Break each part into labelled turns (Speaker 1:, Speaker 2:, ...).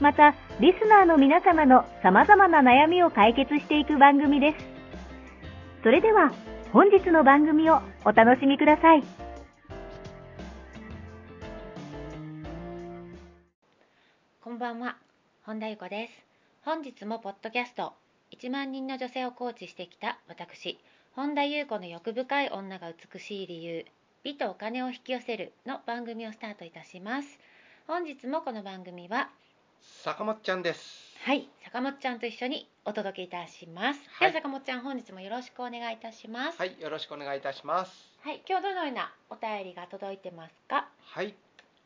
Speaker 1: また、リスナーの皆様の様々な悩みを解決していく番組です。それでは、本日の番組をお楽しみください。
Speaker 2: こんばんは、本田由子です。本日もポッドキャスト、1万人の女性をコーチしてきた私、本田由子の欲深い女が美しい理由、美とお金を引き寄せるの番組をスタートいたします。本日もこの番組は、
Speaker 3: 坂本ちゃんです。
Speaker 2: はい、坂本ちゃんと一緒にお届けいたします。
Speaker 3: はい
Speaker 2: では坂本ちゃん、本日もよろしくお願いいたします。
Speaker 3: はい、よろしくお願いいたします。
Speaker 2: はい、今日どのようなお便りが届いてますか
Speaker 3: はい、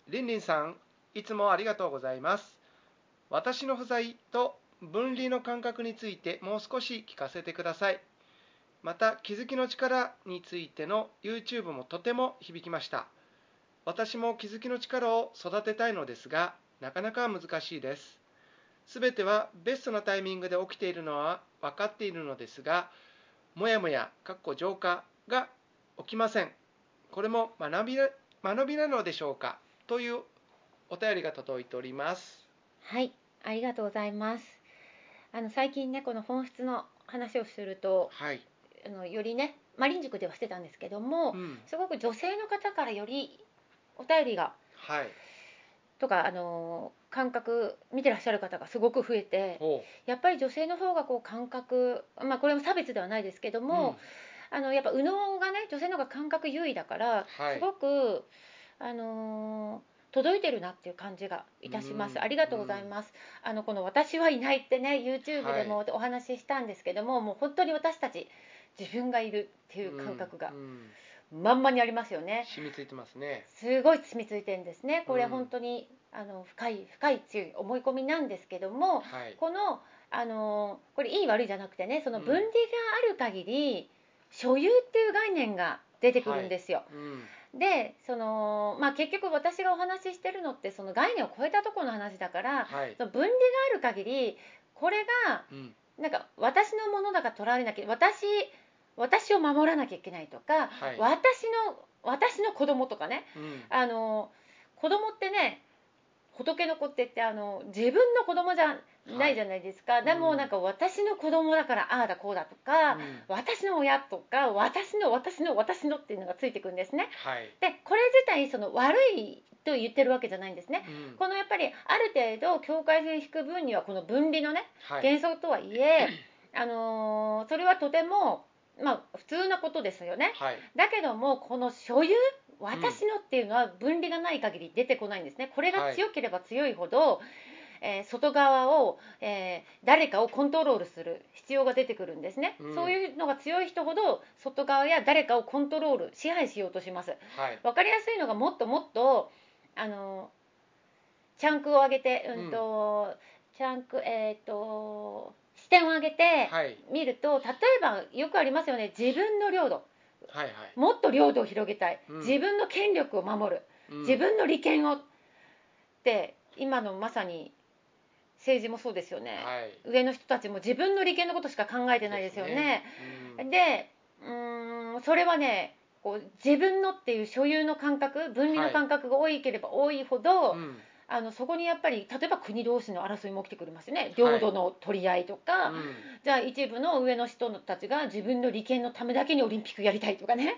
Speaker 3: りんりんさん、いつもありがとうございます。私の不在と分離の感覚についてもう少し聞かせてください。また気づきの力についての YouTube もとても響きました。私も気づきの力を育てたいのですが、なかなか難しいです。すべてはベストなタイミングで起きているのは分かっているのですが、もやもや、かっこ浄化が起きません。これも学びな学びなのでしょうかというお便りが届いております。
Speaker 2: はい、ありがとうございます。あの最近ね、この本質の話をすると、
Speaker 3: はい。
Speaker 2: あのよりねマリン塾ではしてたんですけども、
Speaker 3: うん。
Speaker 2: すごく女性の方からよりお便りが
Speaker 3: はい。
Speaker 2: とか、あのー感覚見てらっしゃる方がすごく増えて
Speaker 3: ほ
Speaker 2: やっぱり女性の方がこう感覚、まあ、これも差別ではないですけど
Speaker 3: う。
Speaker 2: も、あのやっぱ右脳がね女性の方が感覚優位だから、
Speaker 3: はい
Speaker 2: すごく、あのー届いてるなっていう感じがいたします。
Speaker 3: うん
Speaker 2: ありがとうございます。あのこの私はいないってね YouTube でもお話ししたんですけども、もう本当に私たち自分がいるって
Speaker 3: うん
Speaker 2: いう感覚が
Speaker 3: うんうん
Speaker 2: まんまにありますよね。
Speaker 3: 染みついてますね。
Speaker 2: すごい染みついてるんですね。これ
Speaker 3: うん
Speaker 2: 本当に、あの深い深い強い思い込みなんですけども、
Speaker 3: はい。
Speaker 2: このあのこれいい悪いじゃなくてねその分離がある限り、所有っていう概念が出てくるんですよ、
Speaker 3: うん。
Speaker 2: でその、まあ、結局私がお話ししてるのってその概念を超えたところの話だから
Speaker 3: はい
Speaker 2: そ。の分離がある限りこれが
Speaker 3: うん。
Speaker 2: なんか私のものだから取られなきゃ私私を守らなきゃいけないとか、
Speaker 3: はい
Speaker 2: 私の私の子供とかね
Speaker 3: うん。
Speaker 2: あの子供ってね仏の子って言ってあの自分の子供じゃないじゃないですか、
Speaker 3: い
Speaker 2: でも
Speaker 3: うん
Speaker 2: なんか私の子供だからああだこうだとか、
Speaker 3: うん
Speaker 2: 私の親とか私の私の私のっていうのがついてくるんですね
Speaker 3: はい。
Speaker 2: でこれ自体その悪いと言ってるわけじゃないんですね
Speaker 3: うん
Speaker 2: このやっぱりある程度境界線引く分にはこの分離のね
Speaker 3: はい。
Speaker 2: 幻想とはいえ、あのーそれはとてもまあ普通なことですよね
Speaker 3: はい。
Speaker 2: だけどもこの所有私のっていうのは分離がない限り出てこないんですね。これが強ければ強いほど、えー外側を、えー誰かをコントロールする必要が出てくるんですね、
Speaker 3: うん
Speaker 2: そういうのが強い人ほど外側や誰かをコントロール支配しようとします。
Speaker 3: はい。
Speaker 2: わかりやすいのがもっともっとあのチャンクを上げて、うんとチャンクえっ、と視点を上げて
Speaker 3: はい。
Speaker 2: 見ると、例えばよくありますよね自分の領土。
Speaker 3: はい。はい。
Speaker 2: もっと領土を広げたい、
Speaker 3: うん
Speaker 2: 自分の権力を守る、
Speaker 3: うん
Speaker 2: 自。分の利権をって今のまさに政治もそうですよね、
Speaker 3: はい。
Speaker 2: 上の人たちも自分の利権のことしか考えてないですよね。
Speaker 3: う
Speaker 2: で
Speaker 3: ん
Speaker 2: うーんそれはねこう自分のっていう所有の感覚分離の感覚が多いければ多いほど、
Speaker 3: うん。
Speaker 2: あのそこにやっぱり例えば国同士の争いも起きてくれますよね領土の取り合いとか、
Speaker 3: うん
Speaker 2: じゃあ一部の上の人たちが自分の利権のためだけにオリンピックやりたいとかね
Speaker 3: はい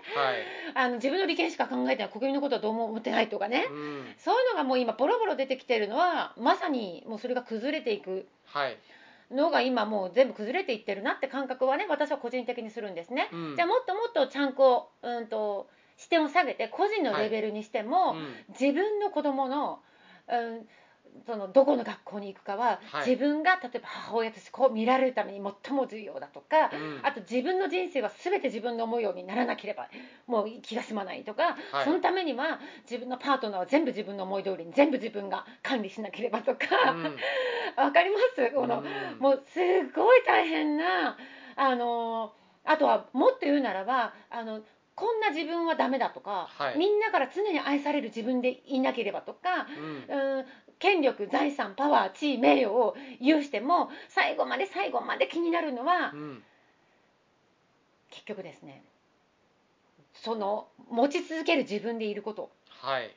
Speaker 2: あの自分の利権しか考えてない国民のことはどうも思ってないとかね、
Speaker 3: うん
Speaker 2: そういうのがもう今ボロボロ出てきてるのはまさにもうそれが崩れていく
Speaker 3: はい
Speaker 2: のが今もう全部崩れていってるなって感覚はね私は個人的にするんですね。
Speaker 3: うん
Speaker 2: じゃあもっともっとちゃんこ、うん、と視点を下げて個人のレベルにしても、
Speaker 3: うん
Speaker 2: 自分の子供の、うん、そのどこの学校に行くかは、
Speaker 3: はい
Speaker 2: 自分が例えば母親としてこう見られるために最も重要だとか、
Speaker 3: うん
Speaker 2: あと自分の人生は全て自分の思うようにならなければもう気が済まないとか、
Speaker 3: はい
Speaker 2: そのためには自分のパートナーは全部自分の思い通りに全部自分が管理しなければとか、
Speaker 3: うん
Speaker 2: わかりますこ
Speaker 3: う
Speaker 2: の、
Speaker 3: ん
Speaker 2: もうすごい大変なあのあとはもっと言うならばあのこんな自分はダメだとか、
Speaker 3: はい
Speaker 2: みんなから常に愛される自分でいなければとか、
Speaker 3: うん
Speaker 2: うん、権力財産パワー地位名誉を有しても最後まで最後まで気になるのは、
Speaker 3: うん
Speaker 2: 結局ですねその持ち続ける自分でいること
Speaker 3: はい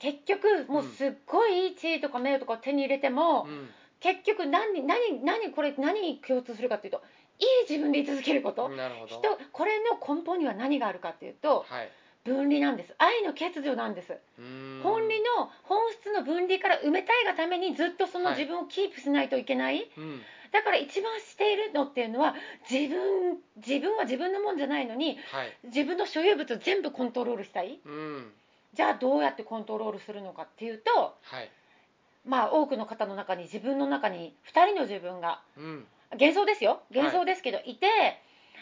Speaker 2: 結局もううんすっごい地位とか名誉とかを手に入れても、
Speaker 3: うん
Speaker 2: 結局何何何これ何に共通するかというといい自分で居続けること、
Speaker 3: なるほ
Speaker 2: 人
Speaker 3: ど
Speaker 2: これの根本には何があるかというと
Speaker 3: はい
Speaker 2: 分離なんです愛の欠如なんです、
Speaker 3: うん
Speaker 2: 本離の本質の分離から埋めたいがためにずっとその
Speaker 3: はい
Speaker 2: 自分をキープしないといけない、
Speaker 3: うん
Speaker 2: だから一番しているのっていうのは自分自分は自分のもんじゃないのに
Speaker 3: はい
Speaker 2: 自分の所有物を全部コントロールしたい
Speaker 3: うん
Speaker 2: じゃあどうやってコントロールするのかっていうと
Speaker 3: はい
Speaker 2: まあ多くの方の中に自分の中に2人の自分が
Speaker 3: うん
Speaker 2: 幻想ですよ幻想ですけど、い、て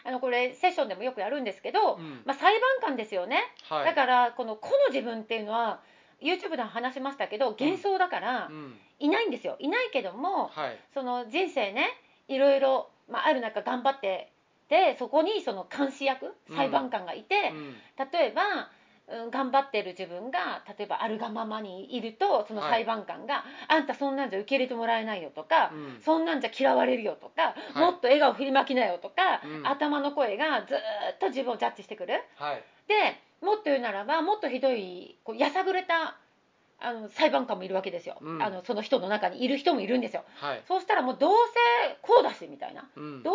Speaker 2: あのこれセッションでもよくやるんですけど、
Speaker 3: うん
Speaker 2: まあ、裁判官ですよね、
Speaker 3: はい
Speaker 2: だからこの個の自分っていうのは YouTube でも話しましたけど幻想だから
Speaker 3: うん
Speaker 2: いないんですよいないけども
Speaker 3: はい
Speaker 2: その人生ねいろいろ、まあ、ある中頑張ってでそこにその監視役
Speaker 3: うん
Speaker 2: 裁判官がいて、
Speaker 3: うん
Speaker 2: 例えば、うん、頑張ってる自分が例えばあるがままにいるとその裁判官が、あんたそんなんじゃ受け入れてもらえないよとか、
Speaker 3: うん
Speaker 2: そんなんじゃ嫌われるよとか、
Speaker 3: い
Speaker 2: もっと笑顔振りまきなよとか、
Speaker 3: うん
Speaker 2: 頭の声がずーっと自分をジャッジしてくる
Speaker 3: はい
Speaker 2: でもっと言うならばもっとひどいこうやさぐれたあの裁判官もいるわけですよ、
Speaker 3: うん
Speaker 2: あのその人の中にいる人もいるんですよ
Speaker 3: はい
Speaker 2: そうしたらもうどうせこうだしみたいな、
Speaker 3: うん
Speaker 2: どう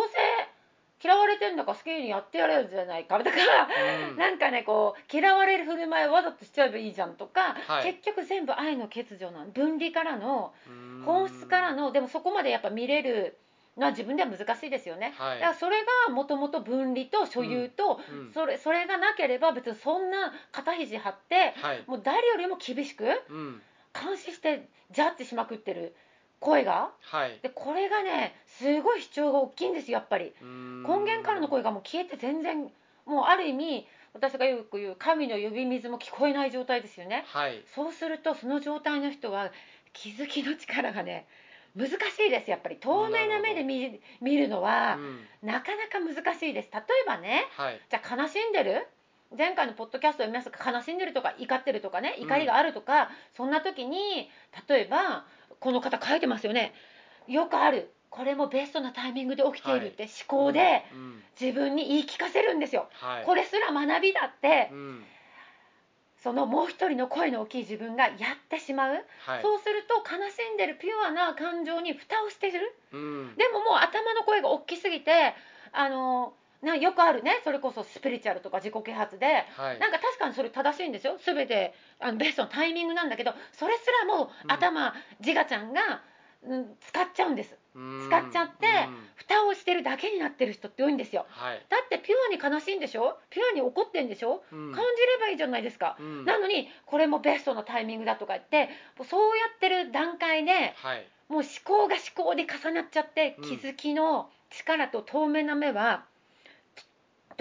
Speaker 2: せ嫌われてんだから好きにやってやれるじゃないかだから
Speaker 3: うん
Speaker 2: なんかねこう嫌われる振る舞いをわざとしちゃえばいいじゃんとか、
Speaker 3: はい
Speaker 2: 結局全部愛の欠如なん分離からの
Speaker 3: うん
Speaker 2: 本質からのでもそこまでやっぱ見れるのは自分では難しいですよね、
Speaker 3: はい
Speaker 2: だからそれがもともと分離と所有と、
Speaker 3: うん
Speaker 2: それそれがなければ別にそんな肩肘張って
Speaker 3: はい
Speaker 2: もう誰よりも厳しく
Speaker 3: うん
Speaker 2: 監視してジャッジしまくってる声が
Speaker 3: はい
Speaker 2: でこれがねすごい主張が大きいんですよやっぱり。
Speaker 3: 根
Speaker 2: 根源からの声がもう消えて全然もうある意味私がよく言う神の呼び水も聞こえない状態ですよね
Speaker 3: はい
Speaker 2: そうするとその状態の人は気づきの力がね難しいですやっぱり透明な目で見見るのは
Speaker 3: うん
Speaker 2: なかなか難しいです例えばね
Speaker 3: はい
Speaker 2: じゃあ悲しんでる前回のポッドキャストで皆さん悲しんでるとか怒ってるとかね怒りがあるとか、そんな時に例えばこの方書いてますよねよくあるこれもベストなタイミングで起きているって思考で、
Speaker 3: うん
Speaker 2: 自分に言い聞かせるんですよ、
Speaker 3: はい
Speaker 2: これすら学びだって
Speaker 3: うん
Speaker 2: そのもう一人の声の大きい自分がやってしまう、
Speaker 3: はい
Speaker 2: そうすると悲しんでるピュアな感情に蓋をしてる
Speaker 3: うん
Speaker 2: でももう頭の声が大きすぎてあのなよくあるねそれこそスピリチュアルとか自己啓発で
Speaker 3: はい
Speaker 2: なんか確かにそれ正しいんですよ全てあのベストのタイミングなんだけどそれすらもう
Speaker 3: うん
Speaker 2: 頭、自我ちゃんが、うん、使っちゃうんです使っちゃって
Speaker 3: うんうん
Speaker 2: 蓋をしてるだけになってる人って多いんですよ
Speaker 3: はい
Speaker 2: だってピュアに悲しいんでしょピュアに怒ってんでしょ
Speaker 3: うん
Speaker 2: 感じればいいじゃないですか、
Speaker 3: うん
Speaker 2: なのにこれもベストのタイミングだとか言ってもうそうやってる段階で
Speaker 3: はい
Speaker 2: もう思考が思考で重なっちゃって
Speaker 3: うん
Speaker 2: 気づきの力と透明な目はち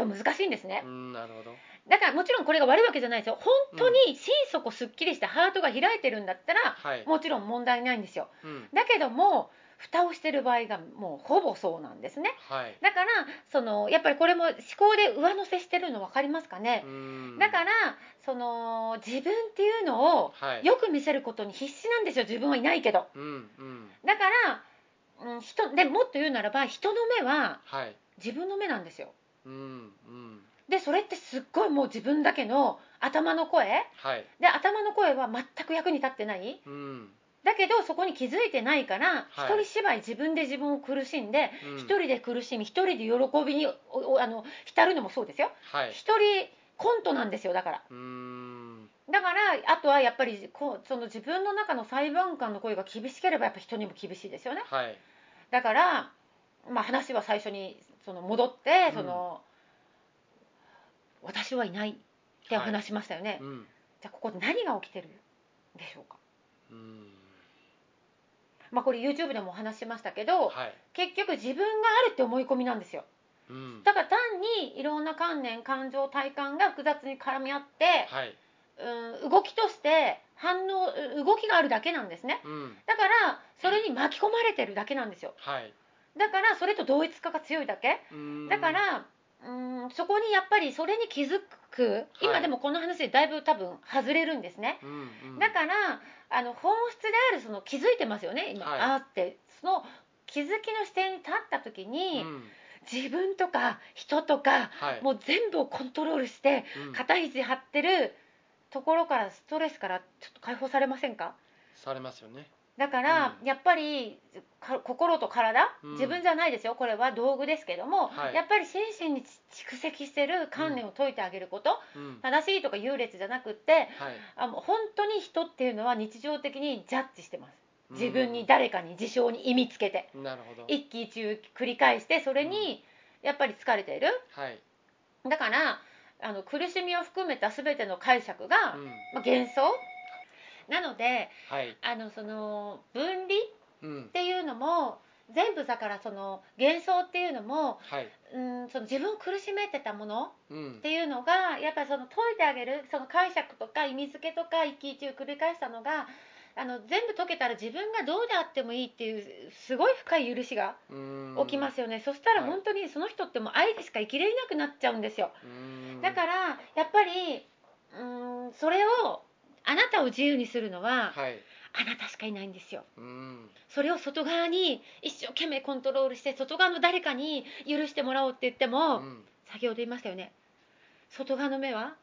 Speaker 2: ょっと難しいんですね
Speaker 3: うんなるほど
Speaker 2: だからもちろんこれが悪いわけじゃないですよ本当に心底すっきりしてハートが開いてるんだったら
Speaker 3: はい
Speaker 2: もちろん問題ないんですよ
Speaker 3: うん
Speaker 2: だけども蓋をしてる場合がもうほぼそうなんですね
Speaker 3: はい
Speaker 2: だからそのやっぱりこれも思考で上乗せしてるの分かりますかね、
Speaker 3: うん
Speaker 2: だからその自分っていうのを
Speaker 3: はい
Speaker 2: よく見せることに必死なんですよ自分はいないけど
Speaker 3: うんうん
Speaker 2: だから、うん、人でもっと言うならば人の目は
Speaker 3: はい
Speaker 2: 自分の目なんですよ
Speaker 3: うんうん
Speaker 2: でそれってすっごいもう自分だけの頭の声
Speaker 3: はい
Speaker 2: で頭の声は全く役に立ってない
Speaker 3: うん
Speaker 2: だけどそこに気づいてないから、
Speaker 3: はい
Speaker 2: 一人芝居自分で自分を苦しんで、
Speaker 3: うん
Speaker 2: 一人で苦しみ一人で喜びにおおあの浸るのもそうですよ
Speaker 3: はい
Speaker 2: 一人コントなんですよだから
Speaker 3: うーん
Speaker 2: だからあとはやっぱりこうその自分の中の裁判官の声が厳しければやっぱ人にも厳しいですよね
Speaker 3: はい
Speaker 2: だから、まあ、話は最初にその戻って
Speaker 3: うん
Speaker 2: その、私はいないってお話しましたよね、
Speaker 3: うん
Speaker 2: じゃあここで何が起きてるでしょうか
Speaker 3: うーん
Speaker 2: まあこれ YouTube でもお話ししましたけど、
Speaker 3: はい
Speaker 2: 結局自分があるって思い込みなんですよ
Speaker 3: うん
Speaker 2: だから単にいろんな観念感情体感が複雑に絡み合って、
Speaker 3: はい
Speaker 2: うん動きとして反応う動きがあるだけなんですね
Speaker 3: うん
Speaker 2: だからそれに巻き込まれてるだけなんですよ
Speaker 3: はい
Speaker 2: だからそれと同一化が強いだけ
Speaker 3: うーん
Speaker 2: だからうんそこにやっぱりそれに気づく
Speaker 3: は
Speaker 2: 今
Speaker 3: い
Speaker 2: でもこの話でだいぶ多分外れるんですね
Speaker 3: うんうん
Speaker 2: だからあの本質であるその気づいてますよね今、
Speaker 3: はい
Speaker 2: あーってその気づきの視点に立った時に、
Speaker 3: うん
Speaker 2: 自分とか人とか
Speaker 3: はい
Speaker 2: もう全部をコントロールして
Speaker 3: うん
Speaker 2: 肩肘張ってるところからストレスからちょっと解放されませんか
Speaker 3: されますよね
Speaker 2: だから、
Speaker 3: う
Speaker 2: やっぱりか心と体、
Speaker 3: うん
Speaker 2: 自分じゃないですよこれは道具ですけども、
Speaker 3: はい
Speaker 2: やっぱり心身に蓄積してる観念を解いてあげること、
Speaker 3: うん
Speaker 2: 正しいとか優劣じゃなくって
Speaker 3: はい
Speaker 2: あもう本当に人っていうのは日常的にジャッジしてます
Speaker 3: うん
Speaker 2: 自分に誰かに事象に意味つけて
Speaker 3: なるほど
Speaker 2: 一喜一憂繰り返してそれにやっぱり疲れている
Speaker 3: はい
Speaker 2: だからあの苦しみを含めた全ての解釈
Speaker 3: う
Speaker 2: が、
Speaker 3: ん
Speaker 2: まあ、幻想なので
Speaker 3: はい
Speaker 2: あのその分離っ
Speaker 3: うん
Speaker 2: ていうのも全部だからその幻想っていうのも
Speaker 3: はい
Speaker 2: うんその自分を苦しめてたもの
Speaker 3: うん
Speaker 2: っていうのがやっぱりその解いてあげるその解釈とか意味付けとか一喜一憂繰り返したのがあの全部解けたら自分がどうであってもいいっていうすごい深い許しが
Speaker 3: うん
Speaker 2: 起きますよね、そしたら
Speaker 3: はい
Speaker 2: 本当にその人ってもう愛でしか生きれなくなっちゃうんですよ、
Speaker 3: うん
Speaker 2: だからやっぱりうーんそれをあなたを自由にするのは、
Speaker 3: はい
Speaker 2: あなたしかいないんですよ
Speaker 3: うん
Speaker 2: それを外側に一生懸命コントロールして外側の誰かに許してもらおうって言って
Speaker 3: う
Speaker 2: も、
Speaker 3: ん
Speaker 2: 先ほど言いましたよね外側の目は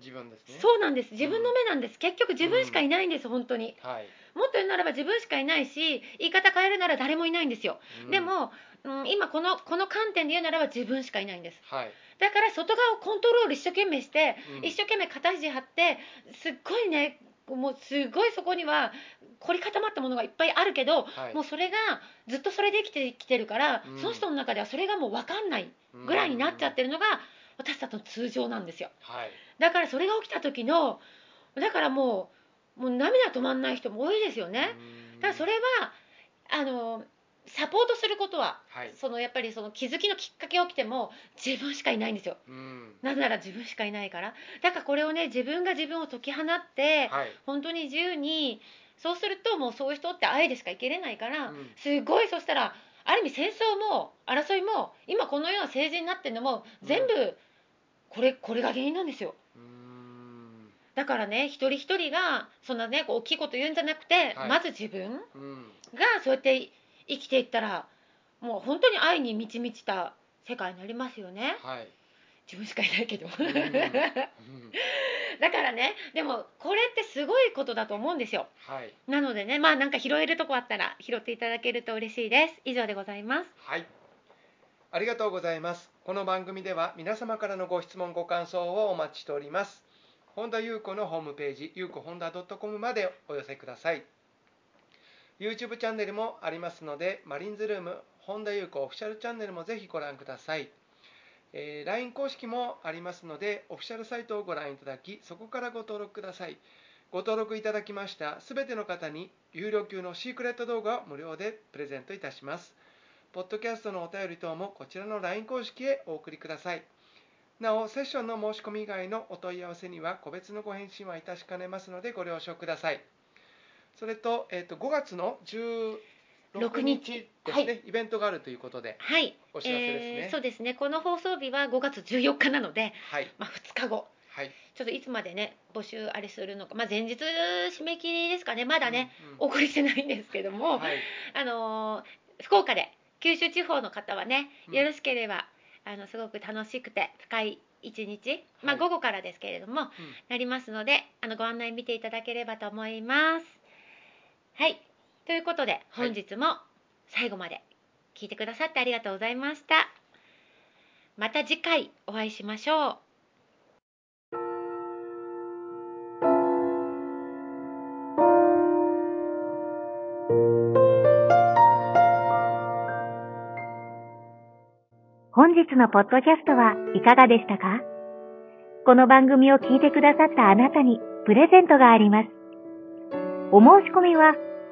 Speaker 3: 自分ですね
Speaker 2: そうなんです自分の目なんです、結局自分しかいないんです、本当に
Speaker 3: はい
Speaker 2: もっと言うならば自分しかいないし言い方変えるなら誰もいないんですよ、
Speaker 3: うん
Speaker 2: でも、うん、今このこの観点で言うならば自分しかいないんです
Speaker 3: はい
Speaker 2: だから外側をコントロール一生懸命して、
Speaker 3: うん
Speaker 2: 一生懸命肩肘張ってすっごいねもうすごいそこには凝り固まったものがいっぱいあるけど、
Speaker 3: はい
Speaker 2: もうそれがずっとそれで生きてきてるから、
Speaker 3: うん
Speaker 2: その人の中ではそれがもう分かんないぐらいになっちゃってるのが私たちの通常なんですよ
Speaker 3: うんはい
Speaker 2: だからそれが起きた時のだからもうもう涙止まんない人も多いですよね。
Speaker 3: うん
Speaker 2: だからそれはあのサポートすることは
Speaker 3: はい
Speaker 2: そのやっぱりその気づきのきっかけが起きても自分しかいないんですよ
Speaker 3: うん
Speaker 2: なぜなら自分しかいないからだからこれをね自分が自分を解き放って
Speaker 3: はい
Speaker 2: 本当に自由にそうするともうそういう人って愛でしか生きれないから、
Speaker 3: うん
Speaker 2: すごいそしたらある意味戦争も争いも今このような政治になってるのも全部これこれが原因なんですよ
Speaker 3: うん
Speaker 2: だからね一人一人がそんなねこう大きいこと言うんじゃなくて、
Speaker 3: はい
Speaker 2: まず自分が
Speaker 3: うん
Speaker 2: そうやって生きていったらもう本当に愛に満ち満ちた世界になりますよね
Speaker 3: はい
Speaker 2: 自分しかいないけど、
Speaker 3: ん
Speaker 2: だからねでもこれってすごいことだと思うんですよ
Speaker 3: はい
Speaker 2: なのでねまあなんか拾えるとこあったら拾っていただけると嬉しいです以上でございます
Speaker 3: はい。ありがとうございます。この番組では皆様からのご質問、ご感想をお待ちしております。本田裕子のホームページ、ゆうこ本田 .com までお寄せください。YouTube チャンネルもありますので、マリンズルーム、本田裕子オフィシャルチャンネルもぜひご覧ください。えー LINE 公式もありますので、オフィシャルサイトをご覧いただき、そこからご登録ください。ご登録いただきましたすべての方に有料級のシークレット動画を無料でプレゼントいたします。ポッドキャストのお便り等もこちらの LINE 公式へお送りください。なお、セッションの申し込み以外のお問い合わせには個別のご返信はいたしかねますのでご了承ください。それと、えっ、と、5月の16
Speaker 2: 6
Speaker 3: 日
Speaker 2: 日
Speaker 3: ですね、
Speaker 2: は
Speaker 3: イベントがあるということで
Speaker 2: はい
Speaker 3: お知らせですね。
Speaker 2: えーそうですねこの放送日は5月14日なので、
Speaker 3: はい、
Speaker 2: まあ、2日後
Speaker 3: はい。
Speaker 2: ちょっといつまでね募集あれするのか、まあ、前日締め切りですかねまだね、
Speaker 3: うん、
Speaker 2: お送りしてないんですけども、
Speaker 3: はい、
Speaker 2: あのー福岡で九州地方の方はね
Speaker 3: うん
Speaker 2: よろしければ、あのすごく楽しくて深い一日、ま
Speaker 3: は
Speaker 2: あ、
Speaker 3: い
Speaker 2: 午後からですけれども、
Speaker 3: うん
Speaker 2: なりますのであのご案内見ていただければと思います。はい。ということで、本日も最後まで聞いてくださってありがとうございました。また次回お会いしましょう。
Speaker 1: 本日のポッドキャストはいかがでしたかこの番組を聞いてくださったあなたにプレゼントがあります。お申し込みは、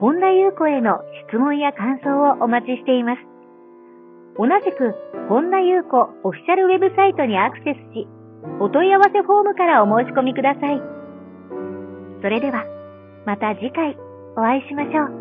Speaker 1: 本田優子への質問や感想をお待ちしています。同じく、本田優子オフィシャルウェブサイトにアクセスし、お問い合わせフォームからお申し込みください。それでは、また次回お会いしましょう。